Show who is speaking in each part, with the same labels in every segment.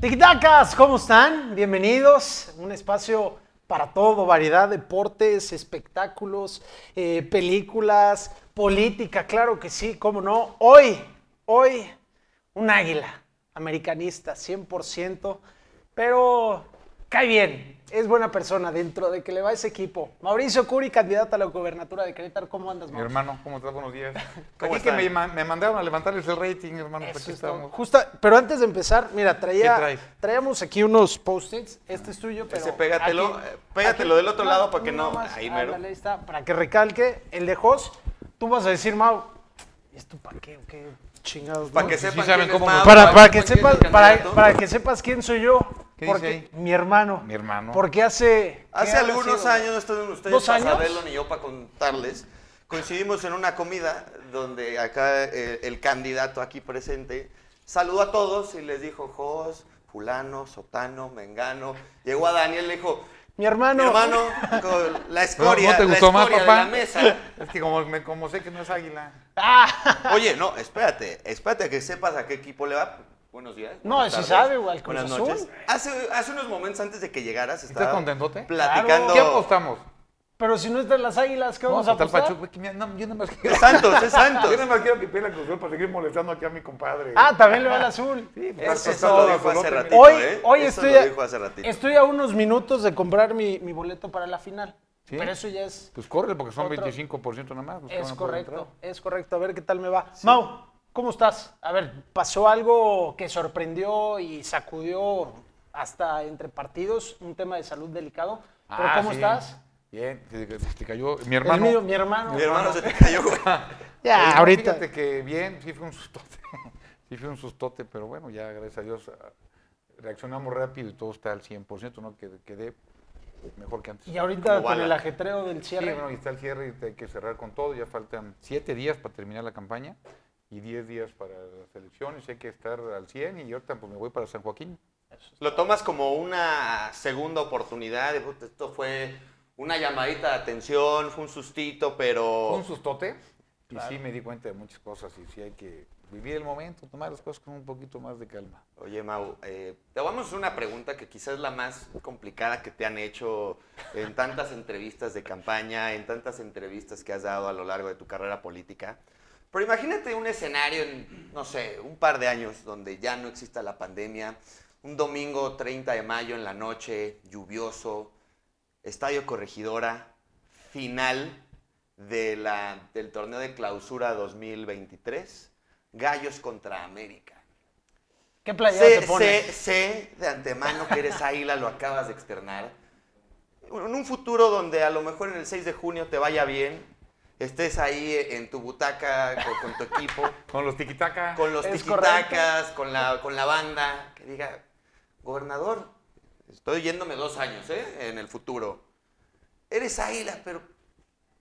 Speaker 1: Tikitacas, ¿cómo están? Bienvenidos. Un espacio para todo, variedad, deportes, espectáculos, eh, películas, política, claro que sí, cómo no. Hoy, hoy, un águila, americanista, 100%, pero cae bien, es buena persona dentro de que le va ese equipo. Mauricio Curi, candidato a la gobernatura de Querétaro, ¿cómo andas,
Speaker 2: Mi
Speaker 1: Mauricio?
Speaker 2: hermano, ¿cómo estás? Buenos días.
Speaker 1: ¿Cómo
Speaker 2: Aquí que
Speaker 1: están?
Speaker 2: me, ma- me mandaron a levantarles el rating, hermano.
Speaker 1: Eso
Speaker 2: Aquí
Speaker 1: es todo.
Speaker 2: estamos.
Speaker 1: Justa- pero antes de empezar, mira,
Speaker 2: ¿Qué
Speaker 1: traía,
Speaker 2: traes?
Speaker 1: traíamos aquí unos post-its. Este es tuyo, pero.
Speaker 3: Ese pégatelo, eh, pégatelo del otro lado para que no- ahí mero.
Speaker 1: ándale, ahí está, para que recalque el de Jos. Tú vas a decir, Mau, ¿esto para qué? o ¿Qué chingados?
Speaker 3: Para
Speaker 1: no?"
Speaker 3: que
Speaker 2: Sí
Speaker 3: sepan
Speaker 2: saben
Speaker 3: quién es
Speaker 2: cómo
Speaker 3: Mau,
Speaker 2: nos-
Speaker 1: Para, para que
Speaker 3: quién es el
Speaker 1: sepas, para,
Speaker 3: candidato.
Speaker 1: para que sepas quién soy yo.
Speaker 2: ¿Qué dice
Speaker 1: porque
Speaker 2: ahí?
Speaker 1: mi hermano.
Speaker 2: Mi hermano.
Speaker 1: Porque hace.
Speaker 3: Hace
Speaker 1: ¿qué habrá
Speaker 3: algunos
Speaker 1: sido?
Speaker 3: años no estuvieron ustedes
Speaker 1: ¿Dos
Speaker 3: para
Speaker 1: años?
Speaker 3: saberlo ni yo para contarles. Coincidimos en una comida donde acá eh, el candidato aquí presente saludó a todos y les dijo, Jos, fulano, sotano, mengano. Llegó a Daniel, le dijo,
Speaker 1: Mi hermano.
Speaker 3: mi hermano, con la
Speaker 2: ¿No,
Speaker 3: escoria,
Speaker 2: no te
Speaker 3: la
Speaker 2: gustó más,
Speaker 3: escoria de
Speaker 2: papá?
Speaker 3: la mesa.
Speaker 2: Es que como, me- como sé que no es águila.
Speaker 1: Ah,
Speaker 3: Oye, no, espérate, espérate a que sepas a qué equipo le va. Buenos días.
Speaker 1: No,
Speaker 3: buenas
Speaker 1: sí
Speaker 3: tardes,
Speaker 1: sabe, güey, al Cruz
Speaker 3: Buenas
Speaker 1: Azul.
Speaker 3: noches. Hace, hace unos momentos antes de que llegaras estaba
Speaker 2: contentote?
Speaker 3: Platicando.
Speaker 2: ¿Qué apostamos?
Speaker 1: pero si no están las águilas, ¿qué vamos a
Speaker 2: No,
Speaker 3: pues
Speaker 2: tal
Speaker 1: apostar?
Speaker 2: Pachuca. Es que mira, no, yo nada más quiero...
Speaker 3: Es Santos, es
Speaker 2: yo
Speaker 3: Santos.
Speaker 2: nada más quiero que pierda el Cruzol para seguir molestando aquí a mi compadre. pues,
Speaker 1: Ah, también le va el azul.
Speaker 3: Eso,
Speaker 2: Eso
Speaker 3: lo
Speaker 2: lo
Speaker 3: dijo
Speaker 2: dijo
Speaker 3: hace
Speaker 2: López.
Speaker 3: ratito,
Speaker 1: Hoy,
Speaker 3: ¿eh?
Speaker 1: hoy
Speaker 3: Eso
Speaker 1: estoy,
Speaker 3: lo
Speaker 1: a,
Speaker 3: dijo hace ratito.
Speaker 1: estoy a unos minutos de comprar mi, mi boleto para la final.
Speaker 2: ¿Sí?
Speaker 1: Pero eso ya es,
Speaker 2: Pues corre, porque son
Speaker 1: Otro.
Speaker 2: 25% nada más. pues, los que
Speaker 1: es
Speaker 2: van a poder
Speaker 1: correcto.
Speaker 2: entrar.
Speaker 1: Es correcto. A ver qué tal me va. Mau, ¿cómo estás? A ver, ¿pasó algo que sorprendió y sacudió hasta entre partidos? Un tema de salud delicado. Pero
Speaker 2: Ah,
Speaker 1: ¿cómo
Speaker 2: sí.
Speaker 1: estás?
Speaker 2: Bien, te, te- te cayó mi
Speaker 1: El
Speaker 2: hermano.
Speaker 1: mío, mi hermano.
Speaker 3: Mi hermano se te cayó, güey.
Speaker 1: Ya,
Speaker 2: Oye, no,
Speaker 1: ahorita.
Speaker 2: Fíjate que bien, sí fue un sustote. sí fue un sustote, pero bueno, ya gracias a Dios ah, reaccionamos rápido y todo está al 100%, ¿no? Que- Quedé mejor que antes.
Speaker 1: Y ahorita
Speaker 3: Como
Speaker 1: con
Speaker 3: bala.
Speaker 1: el ajetreo del
Speaker 2: Sí,
Speaker 1: cierre.
Speaker 2: bueno, y está el cierre y hay que cerrar con todo. Ya faltan siete días para terminar la campaña y diez días para las elecciones. Hay que estar al 100 y ahorita pues me voy para San Joaquín.
Speaker 3: Lo tomas como una segunda oportunidad. de, puta, Esto fue una llamadita de atención, fue un sustito, pero...
Speaker 2: Fue un sustote y sí me di cuenta de muchas cosas y sí hay que vivir el momento, tomar las cosas con un poquito más de calma.
Speaker 3: Oye, Mau, eh, te vamos a hacer una pregunta que quizás es la más complicada que te han hecho en tantas entrevistas de campaña, en tantas entrevistas que has dado a lo largo de tu carrera política. Pero imagínate un escenario en, no sé, un par de años donde ya no exista la pandemia, un domingo 30 de mayo en la noche, lluvioso, Estadio Corregidora, final de la- del torneo de clausura 2023, Gallos contra América.
Speaker 1: ¿Qué playa
Speaker 3: Sé,
Speaker 1: te pones?
Speaker 3: sé- sé de antemano que eres águila, lo acabas de externar. En un futuro donde a lo mejor en el 6 de junio te vaya bien, estés ahí en tu butaca con, con tu equipo,
Speaker 2: Con los tiquitaca.
Speaker 3: con los
Speaker 1: Es
Speaker 3: tiquitacas, con la, con la banda, que diga, gobernador, estoy yéndome dos años ¿eh? en el futuro. Eres águila, pero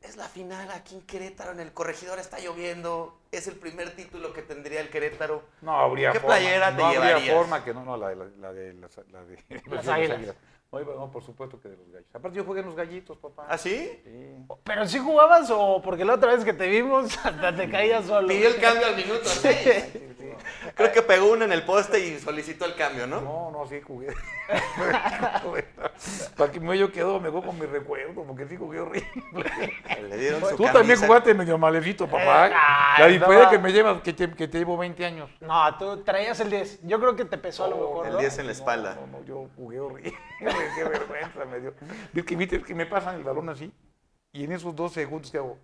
Speaker 3: es la final aquí en Querétaro, en el corregidor está lloviendo, es el primer título que tendría el Querétaro.
Speaker 2: No habría
Speaker 3: ¿Qué
Speaker 2: forma.
Speaker 3: playera te
Speaker 2: no habría
Speaker 3: llevarías?
Speaker 2: forma que no, no, la de la, la de las, la de
Speaker 1: Las
Speaker 2: de
Speaker 1: águilas.
Speaker 2: Oye, bueno, por supuesto que de los gallos. Aparte yo jugué en los gallitos, papá.
Speaker 3: ¿Ah, sí?
Speaker 2: Sí.
Speaker 1: ¿Pero sí jugabas o porque la otra vez que te vimos hasta te caías solo?
Speaker 3: Pidió el cambio al minuto seis. Creo que pegó uno en el poste y solicitó el cambio, ¿no?
Speaker 2: No, no, sí jugué. Para que me yo quedo, me quedo con mi recuerdo, porque sí jugué horrible.
Speaker 3: Le dieron su
Speaker 2: Tú también
Speaker 3: camisa.
Speaker 2: jugaste medio malecito, papá.
Speaker 1: Eh, ay,
Speaker 2: la diferencia
Speaker 1: estaba-
Speaker 2: que me llevas, que te, que te llevo 20 años.
Speaker 1: No, tú traías el 10. Yo creo que te pesó a lo mejor,
Speaker 3: Oh, El
Speaker 1: ¿no?
Speaker 3: 10 en la espalda.
Speaker 2: No, no, yo jugué horrible. Qué vergüenza me dio. Es que, viste, es que me pasan el balón así y en esos dos segundos te hago.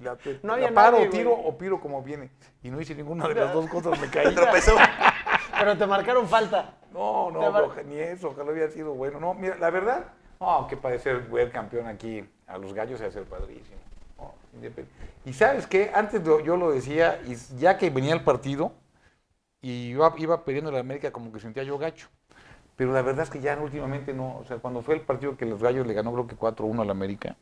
Speaker 2: La, te-
Speaker 1: No
Speaker 2: la
Speaker 1: había
Speaker 2: paro,
Speaker 1: nadie,
Speaker 2: tiro
Speaker 1: güey.
Speaker 2: o piro como viene. Y no hice ninguna de las dos cosas, me caí.
Speaker 3: Tropezó.
Speaker 1: Pero te marcaron falta.
Speaker 2: No, no,
Speaker 1: Te va-
Speaker 2: oja- ni eso, ojalá hubiera sido bueno. No, mira, la verdad, no, que parecer ser campeón aquí a los gallos es ser padrísimo. No, independ- y sabes qué, antes lo- yo lo decía, y ya que venía el partido y yo iba perdiendo la América como que sentía yo gacho. Pero la verdad es que ya últimamente no, o sea, cuando fue el partido que los gallos le ganó creo que 4-1 al América,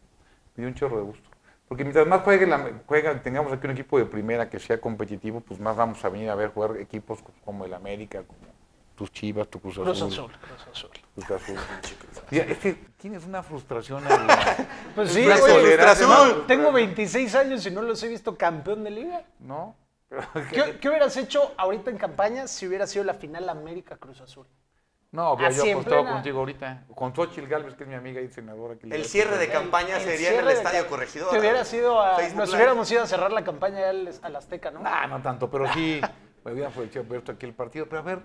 Speaker 2: me dio un chorro de gusto. Porque mientras más juegue, la, juega, tengamos aquí un equipo de primera que sea competitivo, pues más vamos a venir a ver jugar equipos como el América, como tus Chivas, tu Cruz Pues Azul.
Speaker 3: Mm.
Speaker 1: Cruz Azul, Cruz Azul.
Speaker 2: Cruz Azul. Mira, es que tienes una frustración. Adrián.
Speaker 1: Pues
Speaker 2: Es
Speaker 1: sí, este,
Speaker 2: una
Speaker 1: oye,
Speaker 2: soledad,
Speaker 3: frustración.
Speaker 2: hermano.
Speaker 1: Tengo 26 años y no los he visto campeón de liga.
Speaker 2: ¿No? Pero-
Speaker 1: ¿Qué, qué hubieras hecho ahorita en campaña si hubiera sido la final América Cruz Azul?
Speaker 2: No, pero yo
Speaker 1: Así en
Speaker 2: apostaba
Speaker 1: plena-
Speaker 2: contigo ahorita. Con Xochitl Galvez, que es mi amiga y senadora. Que le-
Speaker 3: El cierre de campaña
Speaker 1: El
Speaker 3: sería en el
Speaker 1: cierre de
Speaker 3: Estadio
Speaker 1: ca-
Speaker 3: Corregidor.
Speaker 1: Que hubiera sido a- nos hubiéramos
Speaker 3: ido.
Speaker 1: ido a cerrar la campaña al, al Azteca, ¿no?
Speaker 2: Ah, no tanto, pero sí. Me hubiera aprovechado ver esto aquí el partido. Pero a ver,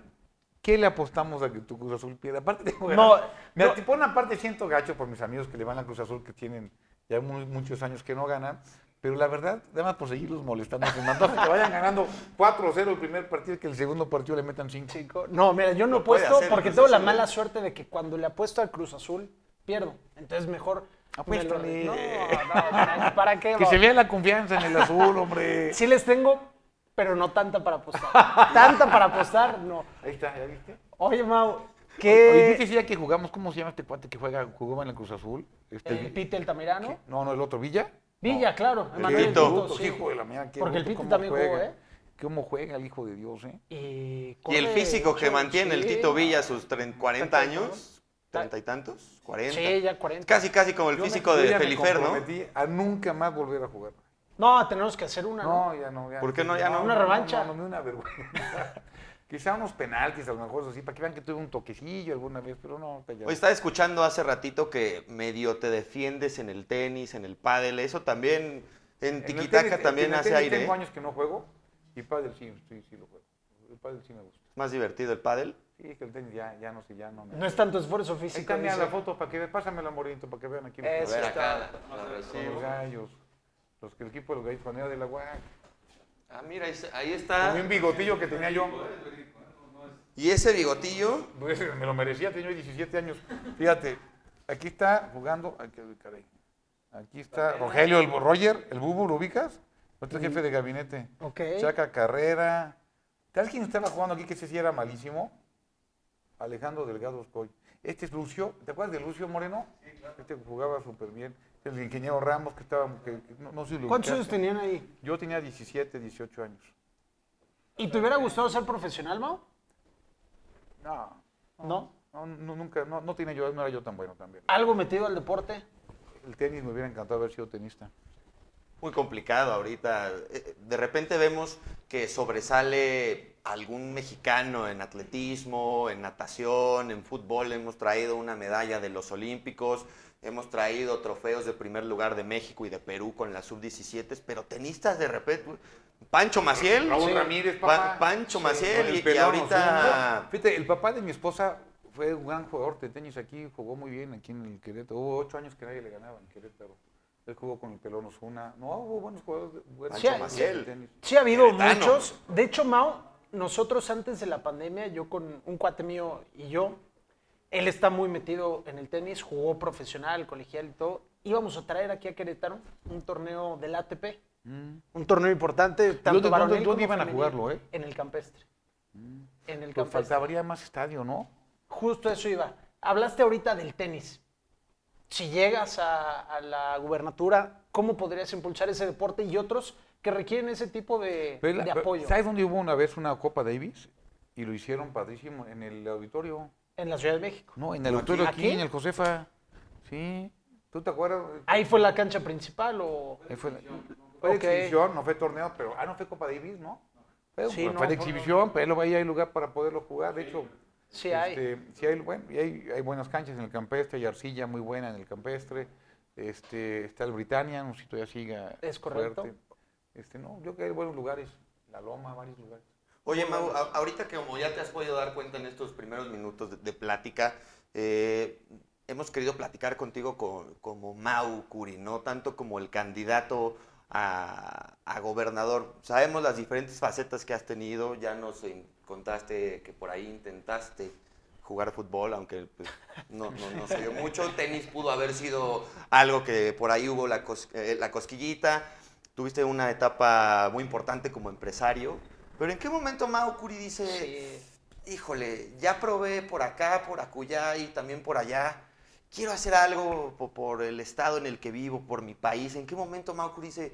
Speaker 2: ¿qué le apostamos a que tu Cruz Azul pierda? Aparte tengo
Speaker 1: No,
Speaker 2: ganas. Mira,
Speaker 1: no.
Speaker 2: te- por una parte siento gacho por mis amigos que le van a Cruz Azul, que tienen ya mu- muchos años que no ganan. Pero la verdad, nada más por seguirlos molestando, se me antoja que vayan ganando 4-0 el primer partido, que el segundo partido le metan 5.
Speaker 1: Chico, No, mira, yo no
Speaker 3: Lo puede
Speaker 1: apuesto
Speaker 3: hacer
Speaker 1: porque
Speaker 3: Cruz
Speaker 1: tengo la
Speaker 3: Azul,
Speaker 1: mala
Speaker 3: ¿eh?
Speaker 1: suerte de que cuando le apuesto al Cruz Azul, pierdo. Entonces mejor. me lo-
Speaker 2: Apuéstale.
Speaker 1: No, no, no, ¿para qué?
Speaker 2: Que se
Speaker 1: va?
Speaker 2: vea la confianza en el azul, hombre.
Speaker 1: Sí les tengo, pero no tanta para apostar. tanta para apostar, no.
Speaker 2: Ahí está, ¿ya viste?
Speaker 1: Oye, Mau,
Speaker 2: Oye, Eh, ¿viste
Speaker 1: ¿qué.
Speaker 2: ese día que jugamos? ¿Cómo se llama este cuate que juega, jugó en el Cruz Azul? Este,
Speaker 1: El Pite Altamirano.
Speaker 2: No, no, el otro, Villa.
Speaker 1: Eh, Villa,
Speaker 2: No.
Speaker 1: claro.
Speaker 2: El
Speaker 1: Emanuel
Speaker 3: Pito.
Speaker 1: Pito, sí.
Speaker 2: Hijo de la mierda, qué
Speaker 1: Porque el
Speaker 2: bruto,
Speaker 1: Piti
Speaker 2: cómo
Speaker 1: también jugó,
Speaker 2: juega.
Speaker 1: ¿eh?
Speaker 2: ¿Cómo juega el hijo de Dios, eh?
Speaker 1: Y,
Speaker 3: Y el
Speaker 1: corre
Speaker 3: físico que
Speaker 1: mucho,
Speaker 3: mantiene el
Speaker 1: sí.
Speaker 3: Tito Villa a sus tren- 40 años,
Speaker 1: Ta-
Speaker 3: treinta y tantos, 40.
Speaker 1: Sí, ya 40.
Speaker 3: Casi, casi como el
Speaker 2: Yo me-
Speaker 3: físico
Speaker 2: yo
Speaker 3: de
Speaker 2: ya me
Speaker 3: Felifer, ¿no?
Speaker 2: comprometí a nunca más volver a jugar.
Speaker 1: No, tenemos que hacer una. ¿no?
Speaker 2: No, ya no, ya.
Speaker 3: ¿Por qué no? Ya no.
Speaker 1: Una revancha.
Speaker 2: No, no, me da una vergüenza. Quizá unos penaltis, a lo mejor, eso sí, para que vean que tuve un toquecillo alguna vez, pero no. ahorita ya.
Speaker 3: Hoy estaba escuchando hace ratito que medio te defiendes en el tenis, en el pádel, eso también en
Speaker 2: En el
Speaker 3: tiquitaca
Speaker 2: tenis- en
Speaker 3: también
Speaker 2: el
Speaker 3: hace
Speaker 2: tenis
Speaker 3: aire.
Speaker 2: Tengo
Speaker 3: ¿eh?
Speaker 2: años que no juego y pádel sí, sí, sí lo juego. El pádel sí me gusta.
Speaker 3: Más divertido el pádel.
Speaker 2: Sí, es que el tenis ya, ya no sé, ya no me...
Speaker 1: No es tanto esfuerzo
Speaker 2: Ahí
Speaker 1: físico.
Speaker 2: está, mira
Speaker 1: dice.
Speaker 2: la foto para que vean, pásamela, Morinto, para que vean aquí.
Speaker 1: Eso
Speaker 2: A ver,
Speaker 1: está.
Speaker 2: con los gallos. Los que el equipo de los gallos cuando era de la UAC.
Speaker 3: Ah, mira, ahí se- ahí
Speaker 2: Comí
Speaker 3: está.
Speaker 2: un bigotillo que tenía yo.
Speaker 3: Y ese bigotillo,
Speaker 2: Pues, me lo merecía, tenía yo 17 años. Fíjate, aquí está jugando. Aquí, caray. Aquí está Rogelio, el Roger, el Bubu, ¿lo ubicas? Otro jefe de gabinete.
Speaker 1: Ok.
Speaker 2: Chaca Carrera. ¿Sabes quién estaba jugando aquí que ese sí era malísimo? Alejandro Delgado Oscoy. Este es Lucio, ¿te acuerdas de Lucio Moreno? Este jugaba súper bien. El ingeniero Ramos que estaba, que, que no, no sé si lo
Speaker 1: ¿Cuántos años
Speaker 2: ubicaste.
Speaker 1: tenían ahí?
Speaker 2: Yo tenía 17, 18 años.
Speaker 1: ¿Y te hubiera gustado ser profesional, Mau?
Speaker 2: No,
Speaker 1: No.
Speaker 2: no, no, nunca, no, no tenía yo, no era yo tan bueno también.
Speaker 1: ¿Algo metido al deporte?
Speaker 2: El tenis me hubiera encantado haber sido tenista.
Speaker 3: muy complicado ahorita. Eh, De repente vemos que sobresale algún mexicano en atletismo, en natación, en fútbol. Hemos traído una medalla de los Olímpicos, hemos traído trofeos de primer lugar de México y de Perú con las sub-17, pero tenistas de repente... Pancho Maciel.
Speaker 2: Raúl
Speaker 3: Sí.
Speaker 2: Ramírez,
Speaker 3: Pa-
Speaker 2: papá.
Speaker 3: Pancho
Speaker 2: Sí, con el
Speaker 3: Maciel y- y,
Speaker 2: pelón
Speaker 3: ahorita...
Speaker 2: Osuna. Fíjate, el papá de mi esposa fue un gran jugador de tenis aquí, jugó muy bien aquí en el Querétaro. Hubo ocho años que nadie le ganaba en Querétaro. Él jugó con el pelón Osuna. No, hubo buenos jugadores. de- buenos
Speaker 1: Pancho
Speaker 2: jugadores de
Speaker 3: Maciel.
Speaker 2: tenis.
Speaker 1: Sí, ha habido
Speaker 3: Queretano.
Speaker 1: muchos. De hecho, Mao, nosotros antes de la pandemia, yo con un cuate mío y yo, él está muy metido en el tenis, jugó profesional, colegial y todo. Íbamos a traer aquí a Querétaro un torneo del ATP,
Speaker 2: Mm.
Speaker 1: un torneo importante. Tanto
Speaker 2: dónde-
Speaker 1: varonil
Speaker 2: dónde-
Speaker 1: como
Speaker 2: dónde iban a
Speaker 1: femenil,
Speaker 2: jugarlo, eh?
Speaker 1: En el campestre. En el
Speaker 2: Pero
Speaker 1: campestre.
Speaker 2: faltaría más estadio, ¿no?
Speaker 1: Justo eso iba. Hablaste ahorita del tenis. Si llegas a, a la gubernatura, ¿cómo podrías impulsar ese deporte y otros que requieren ese tipo de,
Speaker 2: Pero Pues la-
Speaker 1: de
Speaker 2: pero,
Speaker 1: apoyo?
Speaker 2: ¿Sabes dónde hubo una vez una Copa Davis? Y lo hicieron padrísimo en el auditorio.
Speaker 1: En la Ciudad de México.
Speaker 2: No, en el auditorio aquí,
Speaker 1: ¿Aquí?
Speaker 2: en el Josefa. Sí. ¿Tú te acuerdas?
Speaker 1: Ahí fue la cancha principal o...
Speaker 2: Ahí fue, la- fue
Speaker 1: Ok.
Speaker 2: exhibición, no fue torneo, pero ah, no fue Copa Davis, ¿no? Fue,
Speaker 1: Sí,
Speaker 2: fue
Speaker 1: no,
Speaker 2: de
Speaker 1: fue-
Speaker 2: exhibición, pero luego ahí hay lugar para poderlo jugar. De hecho,
Speaker 1: Sí, hay.
Speaker 2: este, sí hay, bueno, y hay, hay buenas canchas en el campestre, hay arcilla muy buena en el campestre. Este, está el Britannia, no sé si todavía siga.
Speaker 1: Es correcto.
Speaker 2: fuerte. Este, no, yo creo que hay buenos lugares, la Loma, varios lugares.
Speaker 3: Oye, Mau, a- ahorita que como ya te has podido dar cuenta en estos primeros minutos de, de plática, eh, hemos querido platicar contigo co- como Mau Curi, no tanto como el candidato a, a gobernador. Sabemos las diferentes facetas que has tenido, ya nos eh, contaste que por ahí intentaste jugar fútbol, aunque pues, no, no, no se dio mucho. Tenis pudo haber sido algo que por ahí hubo la, cos- eh, la cosquillita. Tuviste una etapa muy importante como empresario. Pero ¿en qué momento Mao Curi dice,
Speaker 1: Sí.
Speaker 3: híjole, ya probé por acá, por acullá y también por allá. Quiero hacer algo po- por, el estado en el que vivo, por mi país. ¿En qué momento Mao Curi dice,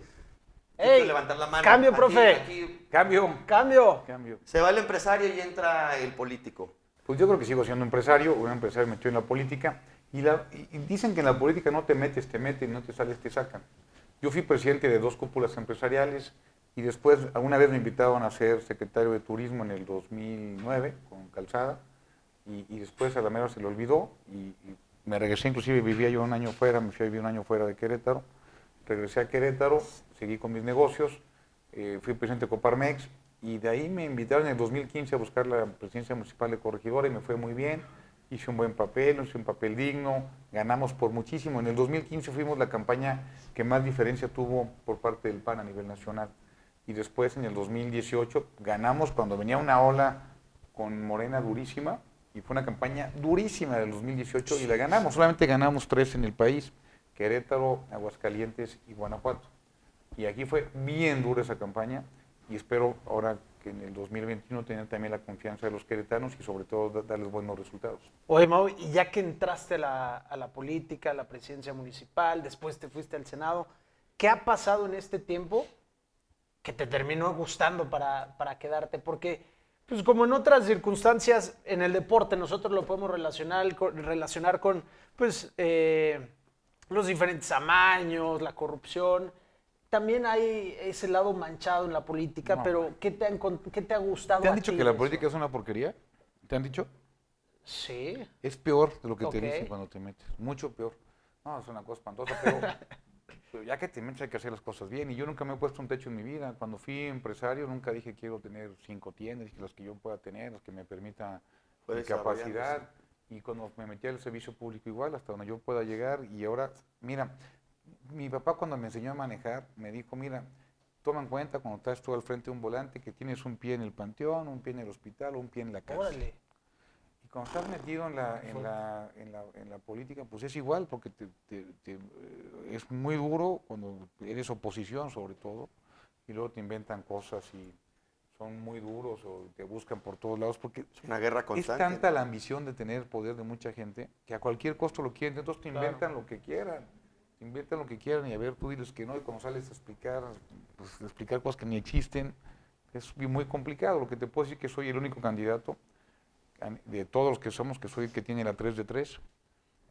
Speaker 3: yo
Speaker 1: Ey,
Speaker 3: quiero levantar la mano?
Speaker 1: cambio,
Speaker 3: Aquí-
Speaker 1: profe.
Speaker 3: aquí
Speaker 2: Cambio.
Speaker 1: ¡Cambio!
Speaker 2: Cambio.
Speaker 3: se va el empresario y entra el político.
Speaker 2: Pues yo creo que sigo siendo empresario, un empresario metido en la política. Y, la- y- y dicen que en la política no te metes, te meten, no te sales, te sacan. Yo fui presidente de dos cúpulas empresariales, Y después, alguna vez me invitaron a ser secretario de turismo en el 2009 con Calzada. Y, y después a la mera se le olvidó. Y, y me regresé, inclusive vivía yo un año fuera, me fui a vivir un año fuera de Querétaro. Regresé a Querétaro, seguí con mis negocios, eh, fui presidente de Coparmex. Y de ahí me invitaron en el 2015 a buscar la presidencia municipal de corregidora y me fue muy bien hice un buen papel, hice un papel digno, ganamos por muchísimo. En el 2015 fuimos la campaña que más diferencia tuvo por parte del PAN a nivel nacional. Y después, en el 2018, ganamos cuando venía una ola con Morena durísima, y fue una campaña durísima del 2018 y la ganamos. Solamente ganamos tres en el país, Querétaro, Aguascalientes y Guanajuato. Y aquí fue bien dura esa campaña y espero ahora que en el 2021 tener también la confianza de los queretanos y sobre todo da- darles buenos resultados.
Speaker 1: Oye, Mau, y ya que entraste a la, a la política, a la presidencia municipal, después te fuiste al Senado, ¿qué ha pasado en este tiempo que te terminó gustando para, para quedarte? Porque, pues como en otras circunstancias, en el deporte nosotros lo podemos relacionar con, relacionar con pues, eh, los diferentes amaños, la corrupción. También hay ese lado manchado en la política,
Speaker 2: No.
Speaker 1: pero ¿qué te, han con- ¿qué te ha gustado?
Speaker 2: ¿Te han
Speaker 1: a
Speaker 2: dicho
Speaker 1: ti
Speaker 2: que la
Speaker 1: de
Speaker 2: política
Speaker 1: eso?
Speaker 2: es una porquería? ¿Te han dicho?
Speaker 1: Sí.
Speaker 2: Es peor de lo que
Speaker 1: Ok.
Speaker 2: te dicen cuando te metes, mucho peor. No, es una cosa espantosa, pero, pero ya que te metes hay que hacer las cosas bien. Y yo nunca me he puesto un techo en mi vida. Cuando fui empresario nunca dije quiero tener cinco tiendas, dije las que yo pueda tener, las que me permita
Speaker 3: Fue
Speaker 2: mi
Speaker 3: desarrollándose.
Speaker 2: capacidad. Y cuando me metí al servicio público igual, hasta donde yo pueda llegar. Y ahora, mira, mi papá cuando me enseñó a manejar me dijo, mira, toma en cuenta cuando estás tú al frente de un volante que tienes un pie en el panteón, un pie en el hospital, un pie en la cárcel.
Speaker 1: Órale.
Speaker 2: Y cuando estás metido en la, en
Speaker 1: Fuerte.
Speaker 2: la, en la, en la política, pues es igual, porque te- te- te, eh, es muy duro cuando eres oposición, sobre todo, y luego te inventan cosas y son muy duros o te buscan por todos lados, porque
Speaker 3: Es una guerra
Speaker 2: es
Speaker 3: constante.
Speaker 2: tanta la ambición de tener poder de mucha gente que a cualquier costo lo quieren, entonces te
Speaker 1: Claro.
Speaker 2: inventan lo que quieran. Te inventan lo que quieran y a ver, tú diles que no, y cuando sales a explicar, pues, a explicar cosas que ni existen, es bi- muy complicado. Lo que te puedo decir que soy el único candidato can- de todos los que somos, que soy el que tiene la 3 de 3,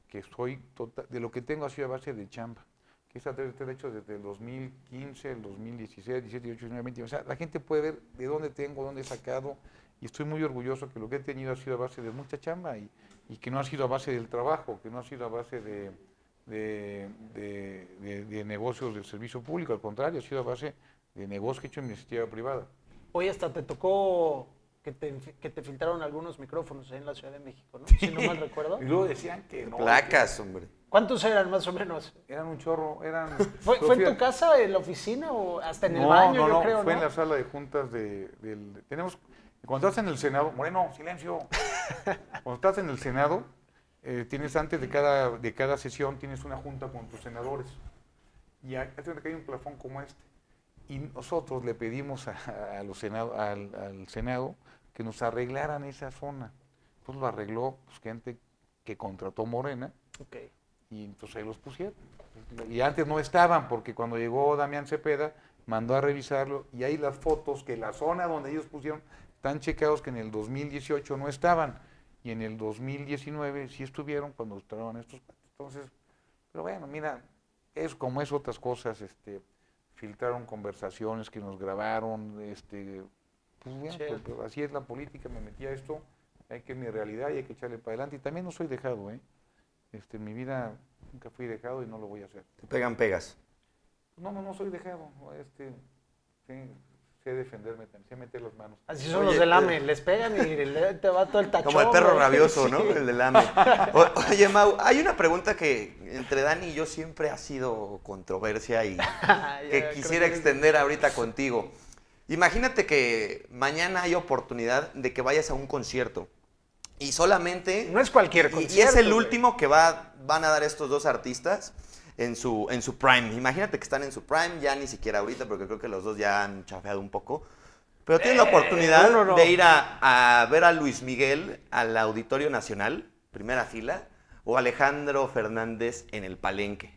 Speaker 2: que soy total, de lo que tengo ha sido a base de chamba. Que esa 3 de 3 la he hecho desde el 2015, el 2016, 17, 18, 19, 20. O sea, la gente puede ver de dónde tengo, dónde he sacado. Y estoy muy orgulloso que lo que he tenido ha sido a base de mucha chamba y, y que no ha sido a base del trabajo, que no ha sido a base de, de, de- de- de negocios del servicio público. Al contrario, ha sido a base de negocios que he hecho en mi iniciativa privada.
Speaker 1: Hoy hasta te tocó que te, inf- que te filtraron algunos micrófonos ahí en la Ciudad de México, ¿no? Si no mal recuerdo.
Speaker 2: Y luego decían que no. que
Speaker 3: Placas, hombre.
Speaker 1: ¿Cuántos eran más o menos?
Speaker 2: Eran un chorro, eran...
Speaker 1: ¿Fue, fue en
Speaker 2: Sofía,
Speaker 1: tu casa, en la oficina o hasta en el
Speaker 2: no,
Speaker 1: baño,
Speaker 2: no,
Speaker 1: yo
Speaker 2: no,
Speaker 1: creo,
Speaker 2: fue
Speaker 1: ¿no?
Speaker 2: en la sala de juntas de, del... Tenemos... Cuando estás en el Senado... Moreno, silencio. cuando estás en el Senado, eh, tienes antes de cada, de cada sesión, tienes una junta con tus senadores. Y hay, hazte cuenta que hay un plafón como este. Y nosotros le pedimos a, a los senado, al, al Senado que nos arreglaran esa zona. Pues lo arregló pues, gente que contrató Morena
Speaker 1: Ok.
Speaker 2: y entonces ahí los pusieron. Y antes no estaban, porque cuando llegó Damián Cepeda, mandó a revisarlo y ahí las fotos que la zona donde ellos pusieron están checados que en el 2018 no estaban y en el 2019 sí estuvieron cuando estaban estos. cuates. Entonces, pero bueno, mira, es como es otras cosas, este, filtraron conversaciones que nos grabaron, este, pues, bueno,
Speaker 1: Sí.
Speaker 2: pues, pues, así es la política, me metí a esto, hay que mi realidad y hay que echarle para adelante y también no soy dejado, ¿eh? Este, en mi vida nunca fui dejado y no lo voy a hacer.
Speaker 3: Te pegan pegas.
Speaker 2: No, no, no soy dejado. no, Este, sí, sé defenderme, también, sé meter las manos.
Speaker 1: Así son
Speaker 3: Oye,
Speaker 1: los del AME,
Speaker 3: eh,
Speaker 1: les pegan y le- te va todo el tachón.
Speaker 3: Como el perro
Speaker 1: Ah, güey.
Speaker 3: rabioso,
Speaker 1: Sí.
Speaker 3: ¿no? El del AME. O- Oye, Mau, hay una pregunta que entre Dani y yo siempre ha sido controversia y
Speaker 1: Ah, Ya,
Speaker 3: que
Speaker 1: creo
Speaker 3: quisiera
Speaker 1: eres-
Speaker 3: extender ahorita contigo. Imagínate que mañana hay oportunidad de que vayas a un concierto y solamente...
Speaker 1: No es cualquier
Speaker 3: Y-
Speaker 1: concierto.
Speaker 3: Y es el
Speaker 1: güey.
Speaker 3: último que va, van a dar estos dos artistas en su, en su prime. Imagínate que están en su prime, ya ni siquiera ahorita, porque creo que los dos ya han chafeado un poco. Pero tienes la oportunidad
Speaker 1: uno Eh, no.
Speaker 3: de ir a, a ver a Luis Miguel al Auditorio Nacional, primera fila, o Alejandro Fernández en el Palenque,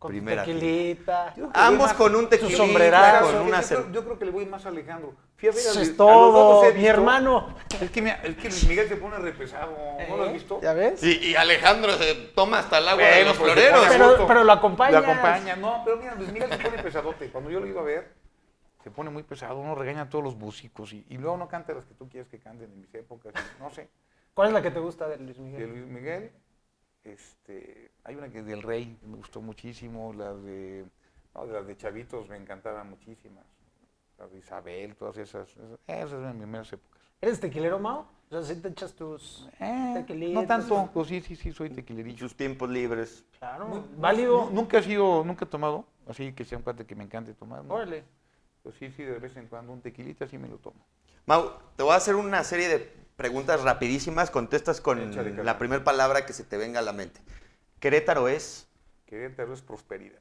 Speaker 1: Con tu
Speaker 3: primera fila.
Speaker 1: tequilita.
Speaker 2: Yo-
Speaker 3: Ambos con un
Speaker 1: Su
Speaker 3: tequilita,
Speaker 1: sombrerazo.
Speaker 3: con una...
Speaker 2: yo, creo,
Speaker 3: cer-
Speaker 2: yo creo que le voy más a Alejandro. Fui a ver a
Speaker 1: Eso es
Speaker 2: Luis- a los dos
Speaker 1: todo,
Speaker 2: los he
Speaker 1: mi
Speaker 2: visto.
Speaker 1: hermano. Eh,
Speaker 2: Es que, me- es que Luis Miguel se pone repesado. ¿No lo has visto?
Speaker 1: ¿Ya ves?
Speaker 3: Sí, y Alejandro se toma hasta el agua de
Speaker 2: Bueno,
Speaker 3: los
Speaker 2: pues,
Speaker 3: floreros.
Speaker 2: se pone a
Speaker 1: Pero-
Speaker 2: gusto.
Speaker 1: pero lo acompañas.
Speaker 2: Lo acompaña. No, pero mira, Luis Miguel se pone pesadote. Cuando yo lo he ido a ver, se pone muy pesado, uno regaña a todos los músicos y, y luego no canta las que tú quieres que canten en mis épocas, y no sé.
Speaker 1: ¿Cuál es la que te gusta de Luis
Speaker 2: De
Speaker 1: Miguel?
Speaker 2: Luis Miguel, este, hay una que es del Rey, que me gustó muchísimo, las de, no, de las de Chavitos me encantaban muchísimas, las de Isabel, todas esas, esas, esas eran mis primeras épocas.
Speaker 1: ¿Eres tequilero, Mao? O sea, si te echas tus...
Speaker 2: Eh,
Speaker 1: Tequilitos,
Speaker 2: no tanto, pues sí, sí, sí, soy tequilerillo.
Speaker 3: sus tiempos libres.
Speaker 1: Claro,
Speaker 2: Muy-
Speaker 1: válido.
Speaker 2: nu- Nunca he sido, nunca he tomado, así que sea un cuate que me encante tomar. ¿no?
Speaker 1: Órale.
Speaker 2: Pues sí, sí, de vez en cuando un tequilita sí me lo tomo.
Speaker 3: Mau, te voy a hacer una serie de preguntas rapidísimas, contestas con
Speaker 2: Échale, carnal.
Speaker 3: la primera palabra que se te venga a la mente. Querétaro es,
Speaker 2: Querétaro es prosperidad.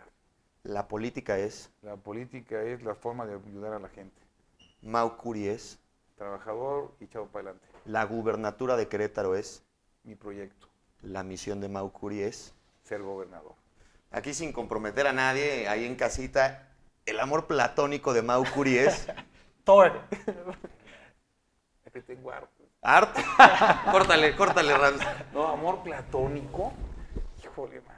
Speaker 3: la política es,
Speaker 2: La política es la forma de ayudar a la gente.
Speaker 3: Mau Curi es,
Speaker 2: Trabajador y chavo para adelante.
Speaker 3: la gubernatura de Querétaro es,
Speaker 2: Mi proyecto,
Speaker 3: la misión de Mau Curi es.
Speaker 2: ser gobernador.
Speaker 3: Aquí sin comprometer a nadie, ahí en casita, el amor platónico de Mau Curi es
Speaker 1: Thor.
Speaker 2: Es que tengo harto.
Speaker 3: arte. córtale, córtale, Rams.
Speaker 2: No, amor platónico. Híjole, man.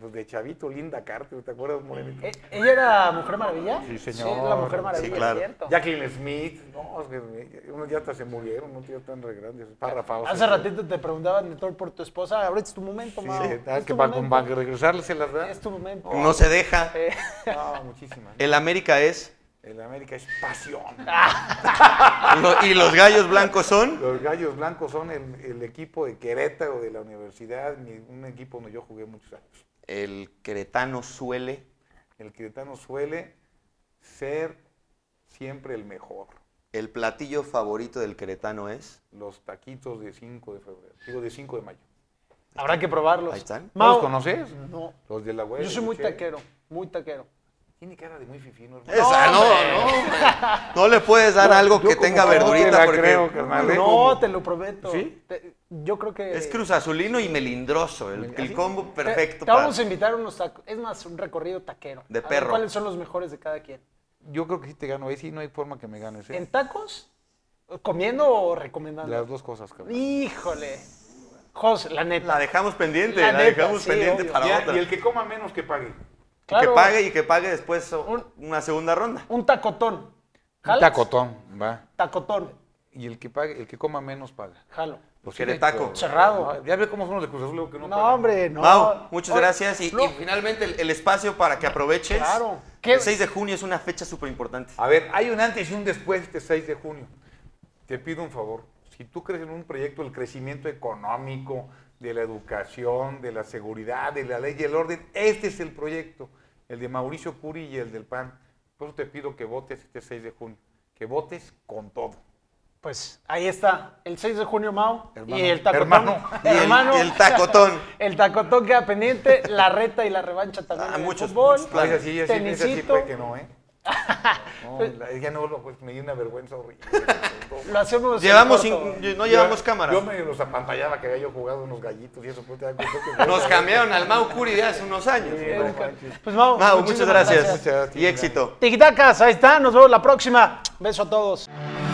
Speaker 2: Pues de chavito, Linda Carter, ¿te acuerdas, Morenito?
Speaker 1: ¿E- ¿Ella era Mujer Maravilla?
Speaker 2: Sí, señor.
Speaker 1: Sí, la Mujer Maravilla,
Speaker 3: Sí, claro.
Speaker 1: es cierto.
Speaker 2: Jacqueline Smith. No, es que unos ya hasta se murieron, no ya están re grandes. Parra Fausto.
Speaker 1: Hace ratito te preguntaban de Thor por tu esposa. Ahorita es tu momento,
Speaker 2: Sí,
Speaker 1: Mao.
Speaker 2: sí, ah,
Speaker 1: es
Speaker 2: que
Speaker 1: tu
Speaker 2: para, con-
Speaker 1: momento.
Speaker 2: para regresarles en las
Speaker 1: Es tu momento.
Speaker 3: No se deja.
Speaker 1: Eh,
Speaker 2: No, muchísimas.
Speaker 3: El América es,
Speaker 2: El América es pasión.
Speaker 1: Ah.
Speaker 3: lo- y los gallos blancos son.
Speaker 2: Los Gallos Blancos son el, el equipo de Querétaro de la universidad, mi- un equipo donde yo jugué muchos años.
Speaker 3: El queretano suele,
Speaker 2: El queretano suele ser siempre el mejor.
Speaker 3: el platillo favorito del queretano es.
Speaker 2: Los taquitos de 5 de febrero, digo de 5 de mayo.
Speaker 1: habrá que probarlos.
Speaker 3: Ahí están.
Speaker 2: ¿No los
Speaker 1: Mao,
Speaker 2: conoces?
Speaker 1: No.
Speaker 2: Los de la web.
Speaker 1: Yo soy muy taquero, muy taquero.
Speaker 2: Tiene cara de muy fifino, hermano.
Speaker 3: Esa, no, no, no, le puedes dar algo
Speaker 2: yo
Speaker 3: que
Speaker 2: como
Speaker 3: tenga
Speaker 2: no te
Speaker 3: verdurita
Speaker 2: la
Speaker 3: porque
Speaker 2: creo, carnal, ¿eh?
Speaker 1: No,
Speaker 2: ¿Cómo?
Speaker 1: te lo prometo.
Speaker 2: ¿Sí?
Speaker 1: Te- yo creo que...
Speaker 3: es cruzazulino y melindroso, el, el combo
Speaker 1: Te-
Speaker 3: perfecto.
Speaker 1: Te,
Speaker 3: para-
Speaker 1: vamos a invitar a unos tacos. Es más, un recorrido taquero.
Speaker 3: De
Speaker 1: A ver
Speaker 3: perro.
Speaker 1: ¿Cuáles son los mejores de cada quien?
Speaker 2: Yo creo que sí te gano, ahí sí no hay forma que me ganes. ¿eh?
Speaker 1: ¿En tacos? ¿Comiendo o recomendando?
Speaker 2: Las dos cosas, cabrón.
Speaker 1: Híjole. José, la neta.
Speaker 3: La dejamos pendiente,
Speaker 1: La
Speaker 3: la,
Speaker 1: neta,
Speaker 3: dejamos
Speaker 1: sí,
Speaker 3: pendiente
Speaker 1: obvio.
Speaker 3: para
Speaker 2: Ya,
Speaker 3: otra.
Speaker 2: y el que coma menos que pague.
Speaker 1: Claro,
Speaker 3: Que pague y que pague después o-
Speaker 1: Un-
Speaker 3: una segunda ronda.
Speaker 1: Un tacotón.
Speaker 2: Un
Speaker 1: ¿Jalas?
Speaker 2: tacotón, va.
Speaker 1: Tacotón.
Speaker 2: Y el que pague, el que coma menos paga.
Speaker 1: Jalo.
Speaker 2: Pues
Speaker 3: Quiere
Speaker 2: sí, pero-
Speaker 3: taco.
Speaker 1: Cerrado.
Speaker 2: No, ya ve cómo son los de Cruz Azul luego que no,
Speaker 1: No,
Speaker 2: pagan.
Speaker 1: hombre, no.
Speaker 3: Mau, muchas
Speaker 1: Oye,
Speaker 3: gracias. Y,
Speaker 1: no,
Speaker 3: y finalmente el, el espacio para que aproveches.
Speaker 1: Claro. ¿Qué-
Speaker 3: El 6 de junio es una fecha súper importante.
Speaker 2: A ver, hay un antes y un después este 6 de junio. Te pido un favor. Si tú crees en un proyecto del crecimiento económico, de la educación, de la seguridad, de la ley y el orden, este es el proyecto, el de Mauricio Curi y el del PAN. Por eso te pido que votes este 6 de junio, que votes con todo.
Speaker 1: Pues ahí está. El 6 de junio, Mau.
Speaker 2: Hermano.
Speaker 1: Y el tacotón.
Speaker 2: Hermano.
Speaker 3: Y el- y el tacotón.
Speaker 1: el tacotón queda pendiente. La reta y la revancha también.
Speaker 3: Ah,
Speaker 1: en el
Speaker 3: muchos
Speaker 1: fútbol.
Speaker 3: Claro.
Speaker 2: Esa sí, esa sí, esa sí
Speaker 1: Tenisito.
Speaker 2: fue que no, ¿eh? No, la- ya no lo pues, me dio una vergüenza horrible.
Speaker 1: Lo hacemos. en
Speaker 3: Llevamos,
Speaker 1: corto.
Speaker 3: in- no llevamos
Speaker 2: Yo-
Speaker 3: cámaras.
Speaker 2: Yo me los apantallaba que había yo jugado unos gallitos y eso. Pues, te da cuenta que-
Speaker 3: Nos cambiaron al Mau Curi de hace unos años.
Speaker 2: Sí, no manches.
Speaker 1: Pues Mau,
Speaker 3: Mau,
Speaker 1: muchísimas
Speaker 3: muchas gracias.
Speaker 2: gracias.
Speaker 3: Y éxito.
Speaker 1: Tiquitacas, ahí está. Nos vemos la próxima. Beso a todos.